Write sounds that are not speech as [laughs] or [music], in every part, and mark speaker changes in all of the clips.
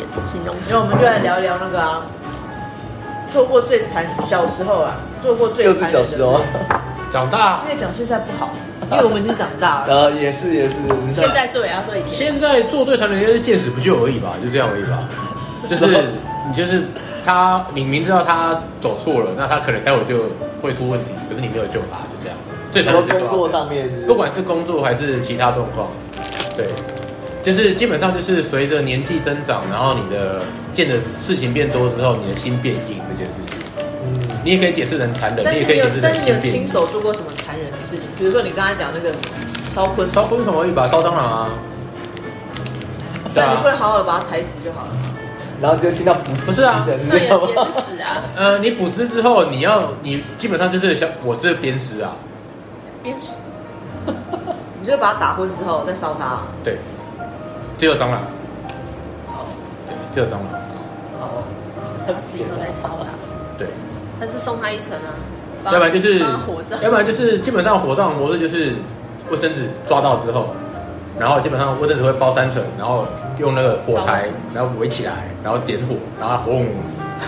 Speaker 1: 然后我们就来聊聊那个啊，做过最残小时候啊，做过最
Speaker 2: 又
Speaker 1: 残
Speaker 2: 是
Speaker 1: 忍
Speaker 2: 小
Speaker 1: 的
Speaker 2: 时哦
Speaker 3: 啊
Speaker 2: 候
Speaker 1: 事，
Speaker 3: 长大
Speaker 1: 因为讲现在不好，因为我们已经长
Speaker 2: [laughs]
Speaker 1: 大
Speaker 3: [laughs]
Speaker 1: 了，
Speaker 2: 然后呃也是也是，
Speaker 1: 现在做也要做以前。
Speaker 3: 啊现在做最残忍应该是见死不救而已吧，就这样而已吧。就是你就是他，你明知道他走错了，那他可能待会就会出问题，可是你没有救他，就这样。最
Speaker 2: 什
Speaker 3: 残
Speaker 2: 么
Speaker 3: 忍就是
Speaker 2: 工
Speaker 3: 这样
Speaker 2: 作上面是是
Speaker 3: 不管是工作还是其他状况，对，就是基本上就是随着年纪增长，然后你的见的事情变多之后，你的心变硬这件事情，
Speaker 2: 嗯，
Speaker 3: 你也可以解释成残忍，
Speaker 1: 但
Speaker 3: 你
Speaker 1: 是
Speaker 3: 也可
Speaker 1: 你
Speaker 3: 以
Speaker 1: 有
Speaker 3: 解释，成
Speaker 1: 但是你有
Speaker 3: 心变
Speaker 1: 亲
Speaker 3: 硬。
Speaker 1: 手做过什么残忍的事情？比如说你刚才讲那个烧昆虫
Speaker 3: 烧，昆虫而已吧，烧蟑螂啊， [laughs] 对
Speaker 1: 那你不
Speaker 3: 啊，
Speaker 1: 能好好的把它踩死就好
Speaker 3: [laughs]
Speaker 1: 了，
Speaker 2: 然后就听到不
Speaker 3: 不是啊
Speaker 1: 那也
Speaker 2: 知道
Speaker 1: 也
Speaker 2: 吗
Speaker 1: 是？死
Speaker 3: [laughs]
Speaker 1: 啊，
Speaker 3: 呃，你捕之之后，你要你基本上就是像我这鞭尸啊，
Speaker 1: 鞭尸。你就把它打昏之后再烧它啊、
Speaker 3: 对，只有蟑螂，
Speaker 1: 哦
Speaker 3: 对，只有蟑螂， [laughs]
Speaker 1: 哦，打死以后再烧它，
Speaker 3: 对。
Speaker 1: 但是送它一程啊，帮它
Speaker 3: 要不然就是
Speaker 1: 帮它活着，，[laughs]
Speaker 3: 要不然就是基本上火葬的模式就是卫生纸抓到之后，然后基本上卫生纸会包三层，然后用那个火柴
Speaker 1: 烧，
Speaker 3: 然后围起来，然后点火，然后轰，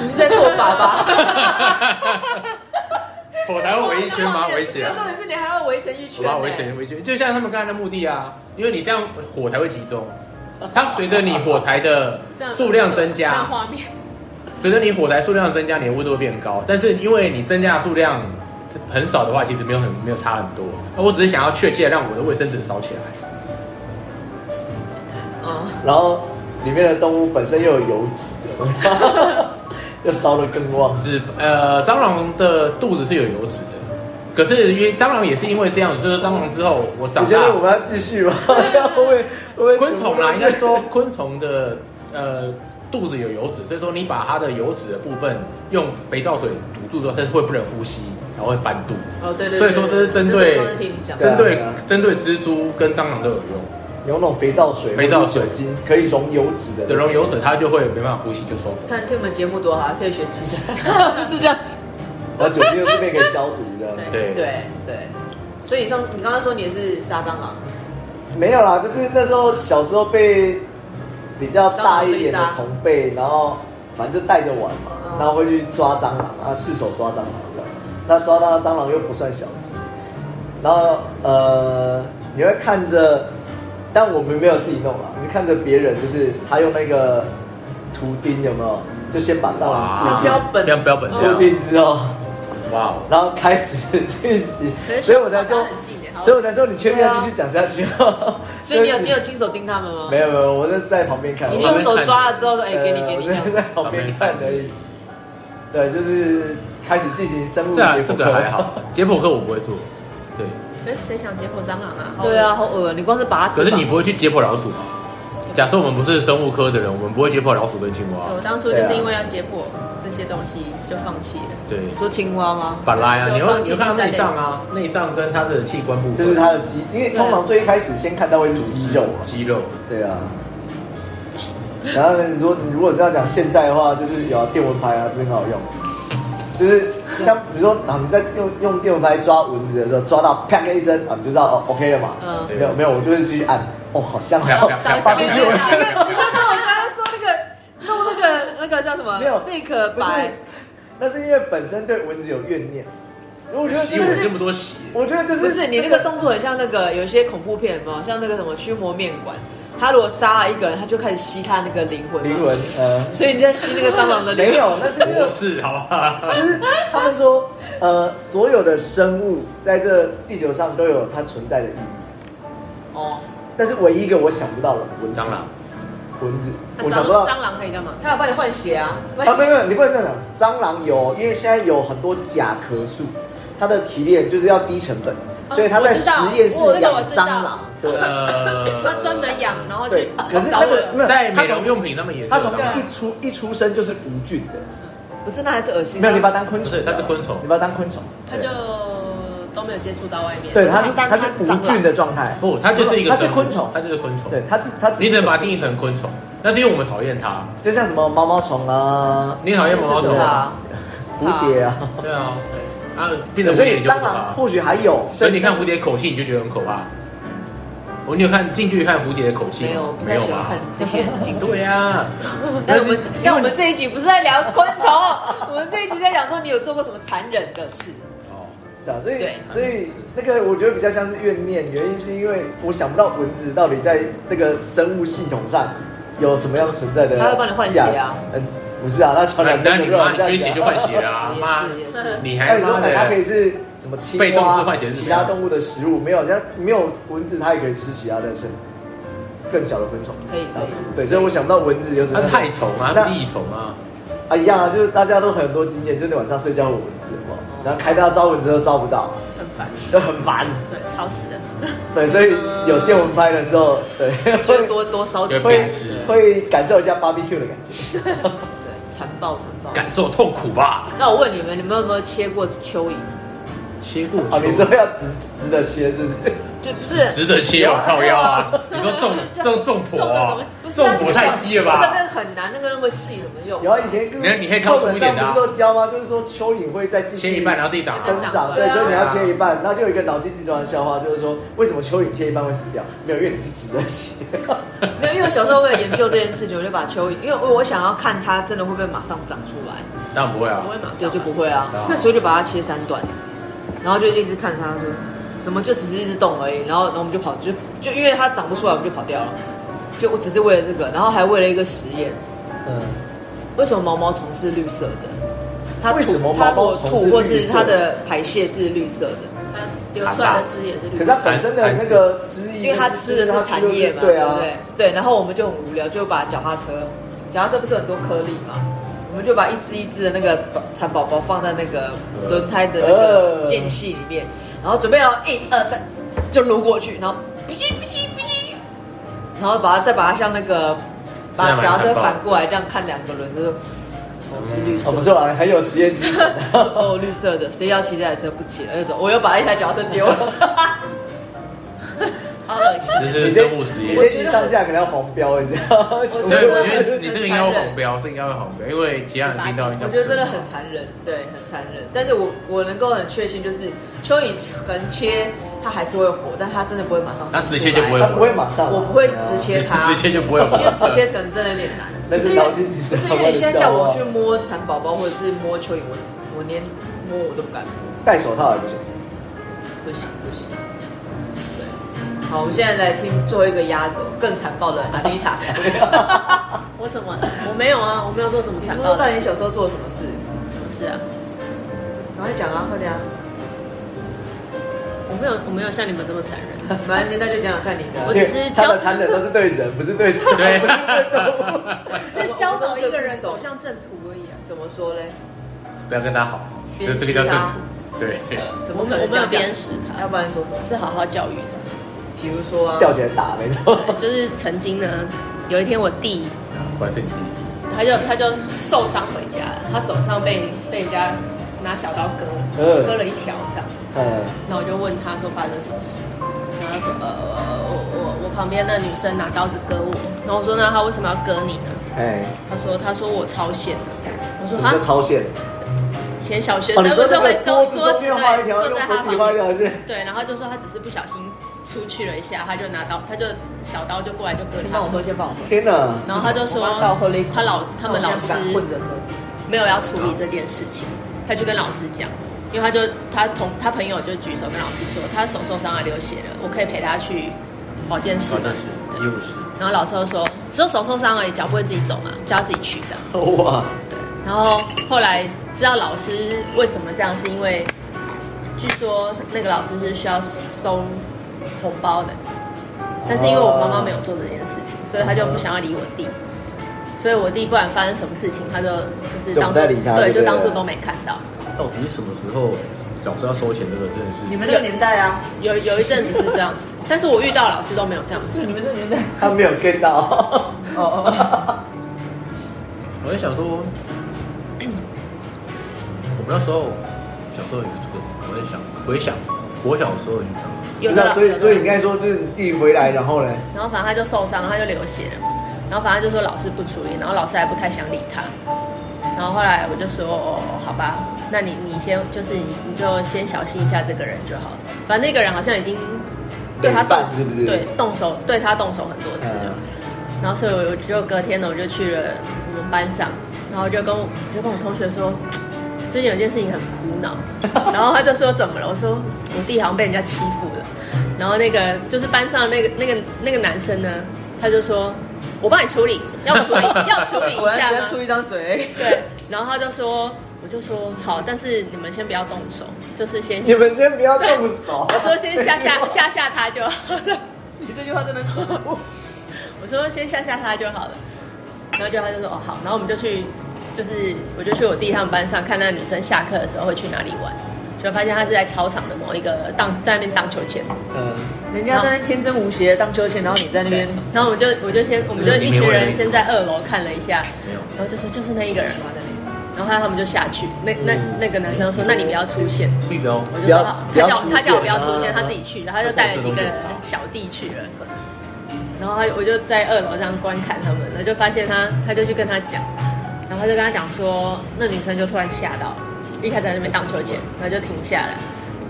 Speaker 1: 你是在做法
Speaker 3: [laughs]
Speaker 1: 吧？
Speaker 3: 火柴会围一圈把它围起来
Speaker 1: 可是，重点是你还要围成一圈、
Speaker 3: 把
Speaker 1: 欸，
Speaker 3: 它围起来围一圈，就像他们刚才的目的啊，因为你这样火才会集中。它随着你火柴的
Speaker 1: [laughs] 这样
Speaker 3: 数量增加，
Speaker 1: 那画面
Speaker 3: 随着你火柴数量增加，你的温度会变高。但是因为你增加的数量很少的话，其实没有很没有差很多。那我只是想要确切地让我的卫生纸烧起来。
Speaker 1: 嗯。
Speaker 2: [laughs] 然后里面的动物本身又有油脂，
Speaker 1: [laughs]
Speaker 2: 又烧得更旺。
Speaker 3: 脂呃，蟑螂的肚子是有油脂的，可是因为蟑螂也是因为这样，就是蟑螂之后我长
Speaker 2: 你觉
Speaker 3: 大
Speaker 2: 得我，们要继续吗？
Speaker 1: 啊
Speaker 2: [laughs] 要不会不会
Speaker 3: 昆虫啊啦，应
Speaker 2: 全部都
Speaker 3: 该
Speaker 2: 是
Speaker 3: 说昆虫的呃肚子有油脂，所以说你把它的油脂的部分用肥皂水堵住之后，它会不能呼吸，然后会翻肚。
Speaker 1: 哦，对对对，
Speaker 3: 所以说这是针
Speaker 1: 这
Speaker 3: 对
Speaker 1: 是我上次听你讲的
Speaker 2: 对啊
Speaker 3: 针对针对蜘蛛跟蟑螂都有用，
Speaker 2: 有那种肥皂水、
Speaker 3: 肥皂水
Speaker 2: 酒精可以溶油脂的那
Speaker 3: 对，
Speaker 2: 种，
Speaker 3: 溶油脂它就会没办法呼吸就受不了。
Speaker 1: 看听我们节目多好，还可以学知
Speaker 3: [laughs]
Speaker 1: 识，是这样子。
Speaker 2: 然后酒精又是那个消毒的。
Speaker 3: 对
Speaker 1: 对对，所以你上你刚刚说你也是杀蟑螂，
Speaker 2: 没有啦，就是那时候小时候被比较大一点的同辈，然后反正就带着玩嘛
Speaker 1: 嗯，
Speaker 2: 然后会去抓蟑螂啊，赤手抓蟑螂这样。那抓到的蟑螂又不算小只，然后呃，你会看着，但我们没有自己弄啊，你看着别人，就是他用那个图钉有没有，就先把蟑螂
Speaker 1: 是
Speaker 2: 固
Speaker 1: 标本
Speaker 3: 标标本
Speaker 1: 嗯
Speaker 3: 这
Speaker 2: 定固
Speaker 3: 样，
Speaker 2: 定之后，
Speaker 3: 哇哦，
Speaker 2: 然后开始进行
Speaker 1: 可，是
Speaker 2: 所以我才说
Speaker 1: 小蟑螂很近耶，好啊
Speaker 2: 所以我才说你确定要继续讲下去吗？
Speaker 1: 所以你有
Speaker 2: 就是
Speaker 1: 你有亲手盯他们吗？
Speaker 2: 没有没有，我是在旁边看，
Speaker 1: 你
Speaker 2: 我
Speaker 1: 是
Speaker 2: 旁
Speaker 1: 用
Speaker 2: 边
Speaker 1: 手抓了之后说，哎，给你
Speaker 2: 呃
Speaker 3: [laughs]
Speaker 1: 给你
Speaker 2: 我是在旁边看而已。对，就是开始进行深入
Speaker 3: 这
Speaker 2: 解
Speaker 3: 还
Speaker 2: 剖
Speaker 3: 这
Speaker 2: 课
Speaker 3: 个还好，解剖课我不会做，对，
Speaker 4: 可是谁想解剖蟑螂啊？
Speaker 1: 对啊，，好恶啊，你光是把它吃吧，
Speaker 3: 可是你不会去解剖老鼠吗？假设我们不是生物科的人，我们不会解剖老鼠跟青蛙
Speaker 4: 对，。我当初就是因为要解剖这些东西就放弃了。
Speaker 3: 对，
Speaker 1: 你说青蛙吗？
Speaker 3: 本来啊，
Speaker 4: 就
Speaker 3: 你会
Speaker 4: 放
Speaker 3: 你
Speaker 4: 弃
Speaker 3: 会看到
Speaker 4: 第三
Speaker 3: 内脏啊，内脏跟它的器官部分，
Speaker 2: 这是它的肌，因为通常最一开始先看到会是肌肉啊。
Speaker 3: 肌肉。
Speaker 2: 对啊。然后呢，如果你如果这样讲现在的话，就是有啊电蚊拍啊，不是很好用。就是像比如说，啊，你在用用电蚊拍抓蚊子的时候，抓到啪一声，啊，你就知道哦，OK 了嘛。
Speaker 1: 嗯
Speaker 2: 没有没有，我就是继续按，哦，好香
Speaker 3: 啪
Speaker 2: 哦
Speaker 3: 啪，
Speaker 4: 啪
Speaker 2: 把
Speaker 4: 啪啪
Speaker 1: 对啊因为我跟我刚刚说那个弄那个那个叫什么
Speaker 2: 没有
Speaker 1: 贝壳
Speaker 2: 不
Speaker 1: 白
Speaker 2: 是。，那是因为本身对蚊子有怨念。我觉得
Speaker 3: 吸
Speaker 2: 就
Speaker 3: 我
Speaker 2: 是，
Speaker 3: 这么多血，
Speaker 2: 我觉得就是
Speaker 1: 不是你那
Speaker 2: 这
Speaker 1: 个动作很像那个有些恐怖片有没有？像那个什么驱魔面馆，他如果杀了一个人，他就开始吸他那个灵魂嘛。
Speaker 2: 灵魂，呃，
Speaker 1: 所以你在吸那个蟑螂的灵
Speaker 2: 没
Speaker 1: 魂。
Speaker 2: 有，那是因
Speaker 3: 博
Speaker 2: 为
Speaker 3: 士，好吧？
Speaker 2: 就是他们说，呃，所有的生物在这地球上都有它存在的意义，
Speaker 1: 哦，
Speaker 2: 但是唯一一个我想不到的蚊子，
Speaker 3: 蟑螂，
Speaker 2: 蚊子，
Speaker 4: 那
Speaker 2: 我
Speaker 4: 蟑
Speaker 2: 想不到。
Speaker 4: 啊蟑螂可以干嘛？
Speaker 1: 他有帮你换血啊？
Speaker 2: 啊，没有没有，你不能这样讲。蟑螂有，因为现在有很多甲壳素，它的提炼就是要低成本，所以它在
Speaker 4: 我知道
Speaker 2: 实验室
Speaker 4: 我这个
Speaker 2: 养
Speaker 4: 我知
Speaker 2: 蟑
Speaker 4: 道
Speaker 2: 螂。对
Speaker 3: 呃
Speaker 4: 它专门养，然后
Speaker 2: 对
Speaker 4: 去，
Speaker 2: 可是
Speaker 4: 找
Speaker 2: 那个
Speaker 4: 我。
Speaker 2: 没有，
Speaker 3: 在
Speaker 2: 它
Speaker 3: 美
Speaker 2: 从
Speaker 3: 容用品他们也是有
Speaker 2: 它从
Speaker 3: 蟑螂，
Speaker 2: 一出一出生就是无菌的，
Speaker 1: 不是，那还是恶心啊。
Speaker 2: 没有你把它当昆虫
Speaker 3: 不是，它是昆虫
Speaker 2: 你把它当昆虫，
Speaker 4: 它就都没有接触到外面。
Speaker 2: 对，它是
Speaker 1: 它
Speaker 2: 它是无菌的状态，
Speaker 3: 不，它就是一个
Speaker 2: 它是
Speaker 3: 生物
Speaker 2: 昆虫
Speaker 3: 它就是昆虫。
Speaker 2: 对，它是它只
Speaker 3: 你只
Speaker 2: 是
Speaker 3: 能把它定义成昆虫，那是因为我们讨厌它。
Speaker 2: 就像什么毛毛虫啊、
Speaker 3: 你讨厌毛毛
Speaker 1: 是
Speaker 3: 虫
Speaker 1: 可怕？啊。
Speaker 2: 蝴蝶啊，
Speaker 3: 对啊，对啊，变成
Speaker 2: 所
Speaker 3: 蝴蝶
Speaker 2: 以
Speaker 3: 就不
Speaker 2: 蟑
Speaker 3: 可怕
Speaker 2: 螂。或许还有，
Speaker 3: 所以你看
Speaker 2: 但是
Speaker 3: 蝴蝶口气，你就觉得很可怕。我哦你有看近距离看蝴蝶的口气吗？
Speaker 1: 没有，不太
Speaker 2: 啊
Speaker 1: 喜欢
Speaker 3: 吧
Speaker 1: 看这
Speaker 2: [laughs]
Speaker 1: 些很近距离。
Speaker 3: 对啊，
Speaker 1: 但我们但我们这一集不是在聊昆虫， [laughs] 我们这一集在讲说你有做过什么残忍的事。
Speaker 3: 哦，
Speaker 2: 对啊，所以
Speaker 4: 对
Speaker 2: 所以那个我觉得比较像是怨念，原因是因为我想不到蚊子到底在这个生物系统上有什么样存在的价值。
Speaker 1: 它会帮你换血啊
Speaker 2: 嗯，不是啊，那传染
Speaker 3: 那
Speaker 2: 病
Speaker 3: 你
Speaker 2: 不
Speaker 3: 妈
Speaker 2: 让
Speaker 3: 你
Speaker 2: 人
Speaker 3: 捐
Speaker 2: 家
Speaker 3: 血就换血啦，妈，
Speaker 1: [laughs] 也是也是，
Speaker 3: 你
Speaker 2: 那
Speaker 3: 还
Speaker 2: 你说
Speaker 3: 哎妈
Speaker 2: 奶它可以
Speaker 3: 的
Speaker 2: 是什么青
Speaker 3: 被动式
Speaker 2: 蛙
Speaker 3: 换、血是
Speaker 2: 其
Speaker 3: 这
Speaker 2: 他
Speaker 3: 样
Speaker 2: 动物的食物？没有，像没有蚊子，它也可以吃其他的生更小的昆虫。
Speaker 1: 可以可以。
Speaker 2: 对，所以我想不到蚊子有什么
Speaker 3: 它
Speaker 2: 样
Speaker 3: 是
Speaker 2: 的。
Speaker 3: 害虫啊，它
Speaker 2: 那
Speaker 3: 是益虫啊，
Speaker 2: 啊，一样啊，就是大家都很多经验，就是晚上睡觉有蚊子，有没有然后开灯要抓蚊子都抓不到，
Speaker 4: 很烦，
Speaker 2: 就很烦。
Speaker 4: 对，吵死了。
Speaker 2: 对，所以有电蚊拍的时候，对，
Speaker 3: 嗯
Speaker 1: 就
Speaker 2: 会
Speaker 1: 多多烧几
Speaker 3: 就
Speaker 1: 下，
Speaker 3: 被
Speaker 1: 对，
Speaker 3: 吃，
Speaker 2: 会感受一下 barbecue 的感觉。
Speaker 1: 残暴残暴。
Speaker 3: 感受痛苦吧。
Speaker 1: 那我问你们，你们有没有切过蚯蚓？
Speaker 3: 切过
Speaker 2: 啊，你说要直直的切是不是？
Speaker 1: 就不是
Speaker 3: 值得切哦，靠腰啊！你说
Speaker 1: [laughs]
Speaker 3: 中中中婆啊
Speaker 1: 不，是啊
Speaker 3: 中婆太鸡了
Speaker 1: 那个那
Speaker 3: 吧？
Speaker 1: 个很难，那个那么细怎么用？
Speaker 2: 有啊，以前
Speaker 3: 你看你可以挑粗一点的啊
Speaker 2: 课本上不是都教吗？就是说蚯蚓会再继续
Speaker 3: 切一半然后自己长
Speaker 2: 生长，
Speaker 4: 对
Speaker 2: 对，
Speaker 4: 啊
Speaker 2: 所以你要切一半。那就有一个脑筋急转弯的笑话，就是说为什么蚯蚓切一半会死掉？没有，因为你是直的切。
Speaker 1: 没有，因为我小时候为了研究这件事情，我就把蚯蚓，因为我想要看它真的会不会马上长出来，
Speaker 3: 当然不会啊
Speaker 4: 我，会马上
Speaker 1: 对，就不会啊
Speaker 3: 啊，
Speaker 1: 所以就把它切三段，然后就一直看它说，怎么就只是一只洞而已，然后然后我们就跑，就就因为它长不出来，我们就跑掉了，就我只是为了这个，然后还为了一个实验，
Speaker 2: 嗯，
Speaker 1: 为什么毛毛虫是绿色的？它
Speaker 2: 为什
Speaker 1: 吐
Speaker 2: 么
Speaker 1: 它
Speaker 2: 毛
Speaker 1: 裸
Speaker 2: 毛虫是
Speaker 1: 吐或是
Speaker 2: 绿色
Speaker 1: 它
Speaker 2: 的
Speaker 1: 的排泄是绿色的？
Speaker 4: 它流呃出来的汁也是绿
Speaker 2: 可是
Speaker 4: 色
Speaker 2: 它。本身的那个汁液，
Speaker 1: 因为它吃的是产业嘛，
Speaker 2: 对
Speaker 1: 不
Speaker 2: 啊，
Speaker 1: 对？对，然后我们就很无聊，就把脚踏车，脚踏车不是有很多颗粒嘛，我们就把一只一只的那个蚕宝宝放在那个轮胎的那个
Speaker 2: 呃
Speaker 1: 间隙里面，然后准备了一二三，就撸过去，然后哔叽哔叽哔叽，然后把它再把它像那个
Speaker 3: 这
Speaker 1: 把
Speaker 3: 样蛮
Speaker 1: 脚踏车
Speaker 3: 残暴的
Speaker 1: 反过来这样看两个轮子，就哦是绿色
Speaker 2: 哦，
Speaker 1: 的，
Speaker 2: 不错啊，很有实验精神。
Speaker 1: [laughs]
Speaker 2: 啊
Speaker 1: 哦，绿色的，谁要骑这台车不骑了？而且我又把一台脚踏车丢了。 [laughs]
Speaker 4: 好恶心。
Speaker 3: [laughs] 这
Speaker 2: 你
Speaker 3: 是
Speaker 2: 这
Speaker 3: 生物实
Speaker 2: 你
Speaker 3: 验。
Speaker 2: 这集上架可能要黄标一下。
Speaker 1: 觉
Speaker 2: [laughs]
Speaker 3: 所以我觉
Speaker 1: 得
Speaker 3: 得你这个应该会红标，这个应该会红标，因为其他人听到应该
Speaker 1: 我
Speaker 3: 不
Speaker 1: 觉得真的很残忍，对，很残忍。但是我我能够很确信，就是蚯蚓横切它还是会活，但它真的不会马上生出来。
Speaker 3: 那直切就不会
Speaker 2: 它不会马上啊，
Speaker 1: 我不会直切它，
Speaker 3: [laughs] 直接就不会红
Speaker 1: 因为直切可能真的有点难。
Speaker 2: 那是
Speaker 1: 不因为
Speaker 2: 脑筋急
Speaker 1: 不
Speaker 2: 转
Speaker 1: 是
Speaker 2: 弯
Speaker 1: 因为你现在叫我
Speaker 2: 的笑话啊
Speaker 1: 去摸蚕宝宝或者是摸蚯蚓，我我连摸我都不敢，
Speaker 2: 戴手套也不行。
Speaker 1: 不行不行。对，好，我们现在来听最后一个压轴，更残暴的阿丽
Speaker 2: [laughs]
Speaker 1: 塔。
Speaker 4: 我怎么了？我没有啊，我没有做什么
Speaker 1: 你
Speaker 4: 残
Speaker 1: 说
Speaker 4: 暴
Speaker 1: 说看
Speaker 4: 的
Speaker 1: 你小时候做了什么事？
Speaker 4: 什么事啊？
Speaker 1: 赶快讲啊，快点啊！
Speaker 4: 我没有，我没有像你们这么残忍。啊
Speaker 1: 没关系，那就讲讲看你
Speaker 2: [laughs]
Speaker 1: 的
Speaker 4: 我。
Speaker 2: 因
Speaker 4: 只
Speaker 2: 为
Speaker 4: 是
Speaker 2: 他
Speaker 4: 教
Speaker 2: 的残忍都是对人，不是对事，
Speaker 3: 对
Speaker 2: 不是对动物。
Speaker 4: [laughs] 只是教导一个人走向正途而已啊。
Speaker 1: 怎么说嘞？
Speaker 3: 不要跟他好，这这个叫正途，对，
Speaker 1: 怎
Speaker 4: 我
Speaker 1: 么
Speaker 4: 们
Speaker 1: 可能
Speaker 4: 我没有
Speaker 1: 这样
Speaker 4: 鞭尸
Speaker 1: 讲？
Speaker 4: 他
Speaker 1: 要，不然说什么？
Speaker 4: 是好好教育他。
Speaker 1: 比如说啊，
Speaker 2: [laughs] 吊起来打那种。
Speaker 1: [laughs]
Speaker 4: 对，就是曾经呢，有一天我弟
Speaker 3: 不然是你弟，
Speaker 4: 他就他就受伤回家了，他手上被被人家拿小刀割
Speaker 2: 嗯
Speaker 4: 割了一条这样子。
Speaker 2: 嗯，
Speaker 4: 那我就问他说发生什么事，然后他说呃我我我旁边的女生拿刀子割我，然后我说那她为什么要割你呢？
Speaker 2: 哎，
Speaker 4: 他说他说我超限的，我
Speaker 2: 什
Speaker 4: 说
Speaker 2: 么
Speaker 4: 啊
Speaker 2: 叫超限？
Speaker 4: 以前小学
Speaker 2: 哦，
Speaker 4: 生
Speaker 2: 你
Speaker 4: 不
Speaker 2: 说
Speaker 4: 是
Speaker 2: 那
Speaker 4: 会
Speaker 2: 个桌
Speaker 4: 坐
Speaker 2: 子
Speaker 4: 桌
Speaker 2: 中
Speaker 4: 子
Speaker 2: 间画一
Speaker 4: 对
Speaker 2: 条，
Speaker 4: 坐
Speaker 2: 用
Speaker 4: 在
Speaker 2: 粉
Speaker 4: 他
Speaker 2: 笔画
Speaker 4: 旁
Speaker 2: 一
Speaker 4: 边。
Speaker 2: 条是？
Speaker 4: 对，然后就说他只是不小心出去了一下，他就拿刀，他就小刀就过来就割
Speaker 1: 先
Speaker 4: 他
Speaker 1: 帮我
Speaker 4: 手
Speaker 1: 喝，，先帮我喝。
Speaker 2: 天哪！
Speaker 4: 然后他就说
Speaker 1: 我妈倒喝了一口
Speaker 4: 他老他们
Speaker 1: 那
Speaker 4: 老
Speaker 1: 我
Speaker 4: 师
Speaker 1: 现在不敢混着喝，
Speaker 4: 没有要处理这件事情，他就跟老师讲，因为他就他同他朋友就举手跟老师说，他手受伤了流血了，我可以陪他去保健室
Speaker 3: 好
Speaker 4: 吗
Speaker 3: 像？是
Speaker 4: 对
Speaker 3: 医务室，
Speaker 4: 然后老师就说，只有手受伤而已，脚不会自己走嘛，就要自己去这样。
Speaker 2: 哇，
Speaker 4: 对，然后后来知道老师为什么这样，是因为据说那个老师是需要收红包的，但是因为我妈妈没有做这件事情，所以她就不想要理我弟，所以我弟不管发生什么事情，他就就是
Speaker 2: 就不
Speaker 4: 当
Speaker 2: 再
Speaker 4: 做
Speaker 2: 理他
Speaker 4: 对，
Speaker 2: 就对
Speaker 4: 就当做
Speaker 2: 了
Speaker 4: 都没看到。
Speaker 3: 到底是什么时候老师要收钱？这个真的是
Speaker 1: 你们那个年代啊，
Speaker 4: 有有一阵子是这样子，但是我遇到老师都没有这样子。
Speaker 1: 就你们那个年代。
Speaker 2: 他没有 get 到。
Speaker 1: 哦
Speaker 2: [laughs]
Speaker 1: 哦，
Speaker 3: 我在想说， [clears throat] 我们那时候小时候有这个，我在想回想国小的时候有想，
Speaker 4: 有
Speaker 2: 不
Speaker 4: 的
Speaker 2: 是
Speaker 4: 老
Speaker 2: 啊，
Speaker 4: 师
Speaker 2: 所以所以
Speaker 4: 有
Speaker 2: 你
Speaker 4: 的
Speaker 2: 刚才说就是你弟回来，然后呢？
Speaker 4: 然后反正他就受伤，然后他就流血了嘛。然后反正就说老师不处理，然后老师还不太想理他。然后后来我就说，哦，好吧，那你你先就是你你就先小心一下这个人就好了。反正那个人好像已经对他动
Speaker 2: 办是不是？
Speaker 4: 对动手对他动手很多次了
Speaker 2: 嗯，
Speaker 4: 然后所以我就隔天呢，我就去了我们班上，然后就跟我就跟我同学说，最近有件事情很苦 [laughs] 恼，然后他就说怎么了？我说我弟好像被人家欺负了，然后那个就是班上那个那个那个男生呢，他就说我帮你处理，要处理要处理
Speaker 1: 果
Speaker 4: 一
Speaker 1: 然
Speaker 4: 下
Speaker 1: 只
Speaker 4: 吗
Speaker 1: 能？出一张嘴。
Speaker 4: 对，然后他就说我就说好，但是你们先不要动手，就是先
Speaker 2: 你们先不要动手。
Speaker 4: [laughs] 我说先
Speaker 2: [laughs]
Speaker 4: 吓吓吓吓他就好了。
Speaker 1: [laughs] 你这句话真的很恐怖。
Speaker 4: 我说先吓吓他就好了，然后就他就说哦好，然后我们就去，就是我就去我弟他们班上看那女生下课的时候会去哪里玩，就发现她是在操场的某一个荡在那边荡秋千，
Speaker 2: 嗯，
Speaker 1: 人家在那边天真无邪荡秋千，然后你在那边
Speaker 4: 然后我就我就先我们就一群人先在二楼看了一下，
Speaker 3: 没有，
Speaker 4: 然后就说就是那一个人
Speaker 1: 喜，欢的那
Speaker 4: 然后他们就下去，那那那个男生就说那你不要出现，
Speaker 3: 目标
Speaker 4: 我就
Speaker 2: 不要
Speaker 4: 说好
Speaker 2: 不
Speaker 4: 他
Speaker 2: 要
Speaker 4: 叫
Speaker 2: 出
Speaker 4: 他叫我不
Speaker 2: 现
Speaker 4: 要出现，
Speaker 2: 啊
Speaker 4: 他自己去，然后他就带了几个小弟去了。然后他我就在二楼这样观看他们，然后就发现他，他就去跟他讲，然后他就跟他讲说，那女生就突然吓到了，一开始在那边荡秋千，然后就停下来，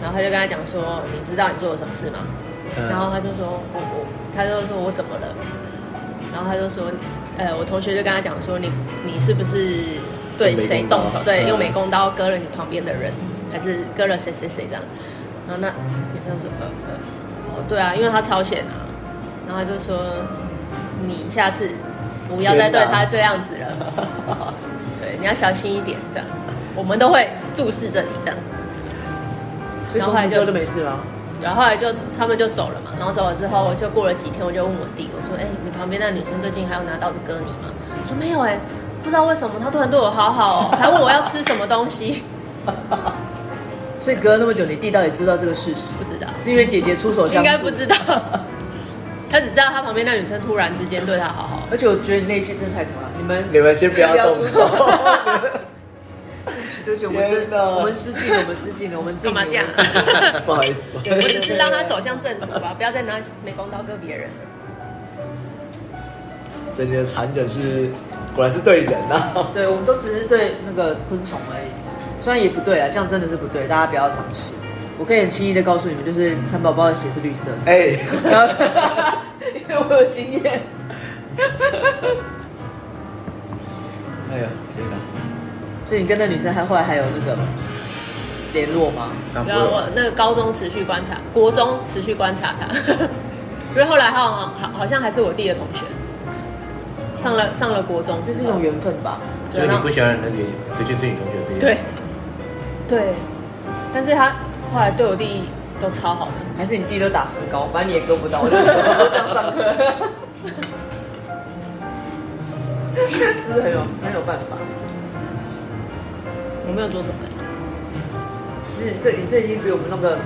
Speaker 4: 然后他就跟他讲说，你知道你做了什么事吗？
Speaker 2: 嗯
Speaker 4: 然后他就说，我我，他就说我怎么了？然后他就说，呃，我同学就跟他讲说，你你是不是对谁动手？对，
Speaker 2: 嗯
Speaker 4: 用美工刀割了你旁边的人，还是割了谁谁谁这样？然后那女生说，呃呃，哦对啊，因为他超险啊。然后他就说，你下次不要再对他这样子了，对，你要小心一点这样。我们都会注视着你这样。
Speaker 1: 里，所以从此之后就没事了。
Speaker 4: 然后后来就他们就走了嘛，然后走了之后就过了几天，我就问我弟，我说：“哎、你旁边那女生最近还有拿刀子割你吗？”他说：“没有哎、不知道为什么她突然对我好好、哦，还问我要吃什么东西，
Speaker 1: 所以隔了那么久，你弟到底知不知道这个事实？
Speaker 4: 不知道，
Speaker 1: 是因为姐姐出手相
Speaker 4: 应
Speaker 1: 助，
Speaker 4: 该不知。道。他只知道他旁边那女生突然之间对他好好，
Speaker 1: 而且我觉得你那一句真的太可怕，你们
Speaker 2: 你们先不要动
Speaker 1: 出
Speaker 2: 手
Speaker 1: 手。。 [laughs] 对不起，对不起，我们
Speaker 2: 天
Speaker 1: 真
Speaker 2: 哪
Speaker 1: 的，我们失敬了，我们失敬了，我们
Speaker 4: 干
Speaker 1: 敬
Speaker 4: 嘛
Speaker 1: 你
Speaker 4: 这样
Speaker 1: 我们
Speaker 4: 啊、
Speaker 1: 敬你
Speaker 2: [laughs] 不好意思，不好
Speaker 4: 我
Speaker 2: 意
Speaker 4: 只
Speaker 2: 思
Speaker 4: 是让他走向正途吧，不要再拿美工刀割别人。
Speaker 2: 所以你的残忍是果然是对人啊。 [laughs]
Speaker 1: 对，我们都只是对那个昆虫而已，虽然也不对啊，这样真的是不对，大家不要尝试。我可以很轻易的告诉你们，就是蚕宝宝的血是绿色的，
Speaker 2: 哎，
Speaker 1: 然后因为我有经验。
Speaker 2: 哎呦天哪！
Speaker 1: 所以你跟那女生还后来还有那个联络吗？
Speaker 3: 但不
Speaker 4: 然后我
Speaker 3: 会
Speaker 4: 那个高中持续观察，国中持续观察他， [laughs] 因为后来他好像好像还是我弟的同学，上了上了国中之
Speaker 1: 这
Speaker 4: 后，
Speaker 1: 是一种缘分吧？
Speaker 3: 就
Speaker 4: 对
Speaker 3: 是你
Speaker 4: 然后
Speaker 3: 不喜欢的人，你直接是你同学之间。
Speaker 4: 对对，但是他后来对我弟都超好的，
Speaker 1: 还是你弟都打石膏，反正你也割不到，我就我就这样上课。 [laughs] 是不是很有很有办法？
Speaker 4: 我没有做什么，
Speaker 1: 其实这这已经比我们那个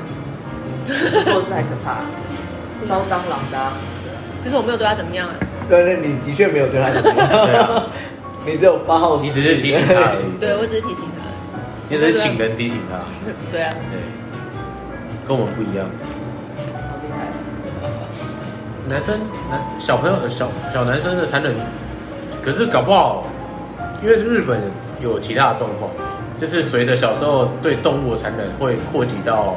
Speaker 1: 做事还可怕，烧蟑螂的、啊。
Speaker 4: 可是我没有对他怎么样啊，
Speaker 2: 对对，你的确没有对他怎么
Speaker 3: 对啊
Speaker 2: 样， [laughs] 你只有八号
Speaker 3: 你
Speaker 2: 屎
Speaker 3: 只是提醒他而已。
Speaker 4: 对我只是提醒他，
Speaker 3: 你只是请人提醒他。
Speaker 4: 对啊，
Speaker 3: 对，跟我们不一样。
Speaker 1: 好厉害！
Speaker 3: 男生男小朋友呃小小男生的残忍，可是搞不好，因为日本有其他的状况，就是随着小时候对动物的残忍会扩及到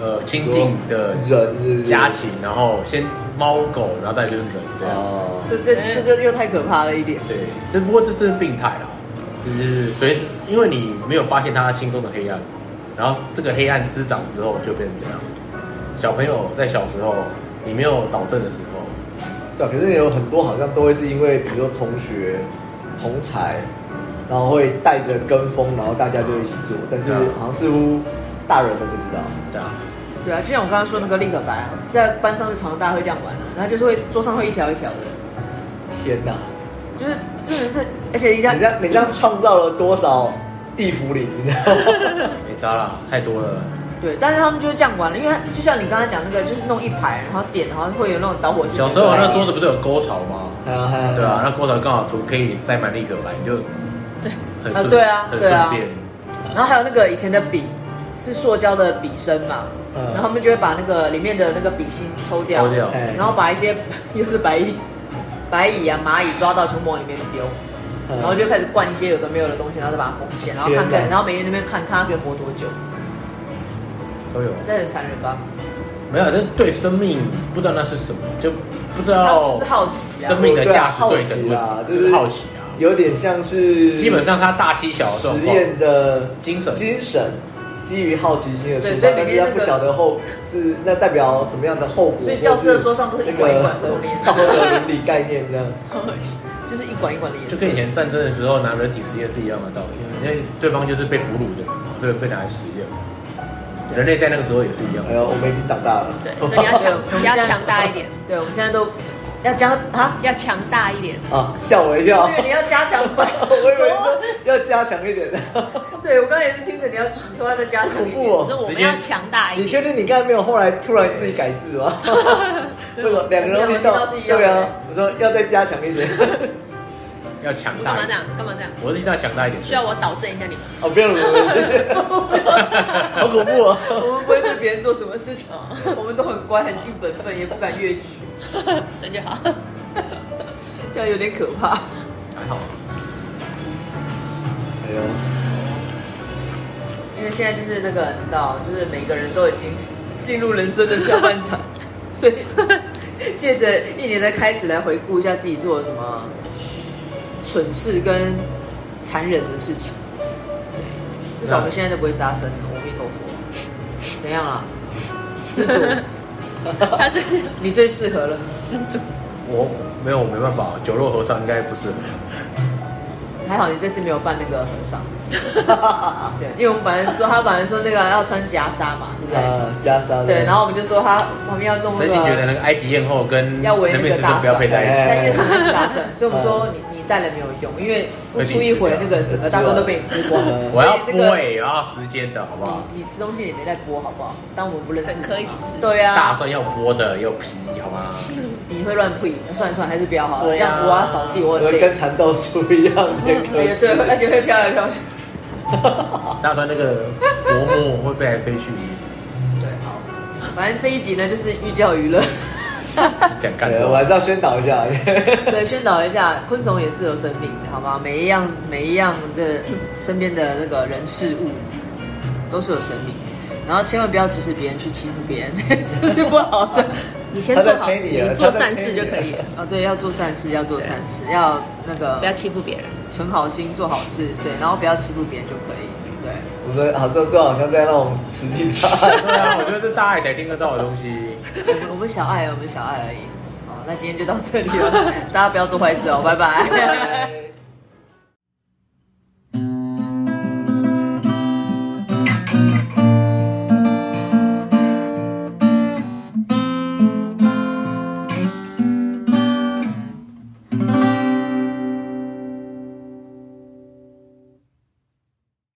Speaker 3: 呃亲近的
Speaker 2: 人是不是？
Speaker 3: 家禽，然后先猫狗，然后再就是人这样。
Speaker 2: 哦，
Speaker 1: 这这这个又太可怕了一点。
Speaker 3: 对，只不过这这是病态啦，就是随时因为你没有发现他心中的黑暗，然后这个黑暗滋长之后就变成这样。小朋友在小时候你没有导正的时候，
Speaker 2: 对，啊可是有很多好像都会是因为，比如说同学、同才，然后会带着跟风，然后大家就一起做，但是
Speaker 3: 对啊
Speaker 2: 好像似乎大人都不知道。
Speaker 3: 对啊，
Speaker 1: 对啊，就像我刚刚说那个立可白啊，在班上就常常大家会这样玩啊，然后就是会桌上会一条一条的，
Speaker 2: 天哪，
Speaker 1: 就是真的是，而且一定
Speaker 2: 你这
Speaker 1: 要
Speaker 2: 样你这样创造了多少地府里，你知道吗？
Speaker 3: [laughs] 没差啦，太多了。
Speaker 1: 对，但是他们就是这样玩了，因为他就像你刚才讲那个，就是弄一排，然后点，然后会有那种导火线。
Speaker 3: 小时候那桌子不是有沟槽吗？
Speaker 2: 还有还有
Speaker 3: 对啊，，那沟槽刚好可以塞满立可白，你就很顺
Speaker 1: 啊对啊
Speaker 3: 很
Speaker 1: 对啊
Speaker 3: 顺便。
Speaker 1: 然后还有那个以前的笔是塑胶的笔身嘛，
Speaker 2: 嗯
Speaker 1: 然后他们就会把那个里面的那个笔芯抽掉，
Speaker 3: 抽掉
Speaker 2: 哎
Speaker 1: 然后把一些又是白蚁、白蚁啊、蚂蚁抓到球往里面丢，
Speaker 2: 嗯
Speaker 1: 然后就开始灌一些有的没有的东西，然后再把它封起来，然后看
Speaker 2: 天哪
Speaker 1: 看，然后每天那边看看它可以活多久，
Speaker 3: 都有。
Speaker 1: 这很残忍吧？
Speaker 3: 没有，就是对生命不知道那是什么，就不
Speaker 2: 哦
Speaker 3: 知
Speaker 1: 他
Speaker 3: 道
Speaker 1: 就是好奇啊
Speaker 3: 生。命的
Speaker 2: 对啊
Speaker 3: 价值对等
Speaker 2: 好奇啊
Speaker 3: 问题，
Speaker 2: 就是
Speaker 3: 好奇啊。
Speaker 2: 有点像是
Speaker 3: 基本上他大欺小的状
Speaker 2: 实
Speaker 3: 况，
Speaker 2: 验的
Speaker 3: 精神
Speaker 2: 精神基于好奇心的
Speaker 1: 对
Speaker 2: 出
Speaker 1: 所
Speaker 2: 发
Speaker 1: 以，每
Speaker 2: 但是
Speaker 1: 天
Speaker 2: 他
Speaker 1: 那
Speaker 2: 不
Speaker 1: 个
Speaker 2: 晓得后是那代表什么样的后果，
Speaker 1: 所以教室的
Speaker 2: 或是
Speaker 1: 桌上都是一管一管不同的颜色
Speaker 2: 那个道德伦理概念这样。
Speaker 1: [laughs] 就是一管一管的颜
Speaker 3: 就
Speaker 1: 色
Speaker 3: 跟。以前战争的时候拿人体实验是一样的道理啊，因为对方就是被俘虏的，对，被拿来实验。人类在那个时候也是一样
Speaker 2: 哎，呦，我们已经长大了，
Speaker 4: 对，所以你要强，
Speaker 1: 我们
Speaker 4: 你要
Speaker 1: 现在
Speaker 4: 强大一点，
Speaker 1: 对，我们现在都要加啊，
Speaker 4: 要强大一点。
Speaker 2: [laughs] 啊，吓我一跳，
Speaker 1: [laughs] 对，你要加强版。
Speaker 2: [laughs] 我以为说要加强
Speaker 1: [laughs]
Speaker 2: 一点。
Speaker 1: 对我刚才也是听着你要你说要再加强一
Speaker 2: 恐怖
Speaker 1: 点
Speaker 2: 哦。
Speaker 4: 所以我
Speaker 3: 直
Speaker 4: 们
Speaker 3: 接
Speaker 4: 要强大一
Speaker 2: 你确
Speaker 4: 点。
Speaker 2: 定你刚才没有后来突然自己改字
Speaker 1: [laughs]
Speaker 2: 吗？为什么两个人都
Speaker 1: 我
Speaker 2: 听
Speaker 1: 们两个
Speaker 2: 到
Speaker 1: 都是一样的
Speaker 2: 对啊，我说要再加强
Speaker 1: [laughs]
Speaker 2: 一点。
Speaker 3: 要强
Speaker 4: 你干
Speaker 3: 大
Speaker 4: 嘛
Speaker 3: 一
Speaker 4: 这
Speaker 3: 点。
Speaker 4: 样？干嘛这样？
Speaker 3: 我是听到强大一点。
Speaker 4: 需要我导正一下你们？
Speaker 2: 哦，不用了，不用了谢谢。
Speaker 1: [laughs]
Speaker 2: 好恐怖哦！
Speaker 1: 我们不会对别人做什么事情，啊我们都很乖，很尽本分，也不敢越矩， [laughs]
Speaker 4: [laughs] 那就好。
Speaker 1: 这样有点可怕。
Speaker 3: 还好，
Speaker 2: 哎呦， [laughs]
Speaker 1: 因为现在就是那个，你知道，就是每个人都已经进入人生的下半场，所以借着一年的开始来回顾一下自己做了什么蠢事跟残忍的事情。对，至少我们现在都不会杀生了，阿弥陀佛。怎样啊，施主，
Speaker 4: 他最近
Speaker 1: 你最适合了。
Speaker 4: 失主，
Speaker 3: 我没有，我没办法。酒肉和尚应该不是。
Speaker 1: 还好你这次没有扮那个和尚，对，因为我们本来说他本来说那个要穿袈裟嘛，是不是？
Speaker 2: 啊，袈裟的
Speaker 1: 对，然后我们就说他旁边要弄那
Speaker 3: 真心觉得
Speaker 1: 个，
Speaker 3: 那个埃及艳后跟
Speaker 1: 要围那
Speaker 3: 人
Speaker 1: 个
Speaker 3: 面狮身不要配在一
Speaker 1: 但是
Speaker 3: 起。
Speaker 1: 他还是大蒜，所以我们说你你带了没有用，因为不出一会那个整个大蒜都被你吃光了，
Speaker 3: 呃我要
Speaker 1: 所以那
Speaker 3: 播欸
Speaker 1: 个
Speaker 3: 也要时间的好不好？
Speaker 1: 你你吃东西也没在剥好不好？当我们不认识你嘛，
Speaker 4: 整颗一起吃
Speaker 1: 对啊
Speaker 3: 大
Speaker 1: 呀，
Speaker 3: 蒜要剥的，要皮好吗？
Speaker 1: 你会乱配，算了算了，还是不要好了，
Speaker 3: 对
Speaker 1: 这
Speaker 3: 啊
Speaker 1: 样剥啊扫地我
Speaker 2: 我
Speaker 1: 很
Speaker 2: 们
Speaker 1: 累，
Speaker 2: 跟缠斗书一样，也可
Speaker 1: 对
Speaker 2: [laughs] 以。
Speaker 1: 对，而且会飘来飘去。
Speaker 3: 大蒜那个薄膜会飞来飞去，
Speaker 1: 对，好，反正这一集呢就是寓教于乐。
Speaker 3: 讲干
Speaker 2: 对，我
Speaker 3: 话
Speaker 2: 还。是要宣导一下。 [laughs]
Speaker 1: [laughs] 对，宣导一下，昆虫也是有生命的，好吗？每一样每一样的身边的那个人事物都是有生命的，然后千万不要指使别人去欺负别人， [laughs] 这是不好的。
Speaker 4: 你先
Speaker 2: 他
Speaker 4: 做
Speaker 2: 在
Speaker 4: 好，
Speaker 2: 催你了
Speaker 4: 你做善事就可以了，
Speaker 1: 哦，对，要做善事，要做善事，要那
Speaker 4: 不要
Speaker 1: 个
Speaker 4: 欺负别人。
Speaker 1: 存好心，做好事，对，然后不要欺负别人就可以，对。
Speaker 2: 我们好，这这好像在让我们刺激
Speaker 3: 对
Speaker 2: 他。
Speaker 3: 啊，我觉得这大爱才听得到的东西。
Speaker 1: 我们我们小哦
Speaker 4: [laughs]
Speaker 1: 爱，我们小爱而已。好，那今天就到这里了，大家不要做坏事哦，拜拜。
Speaker 2: 拜拜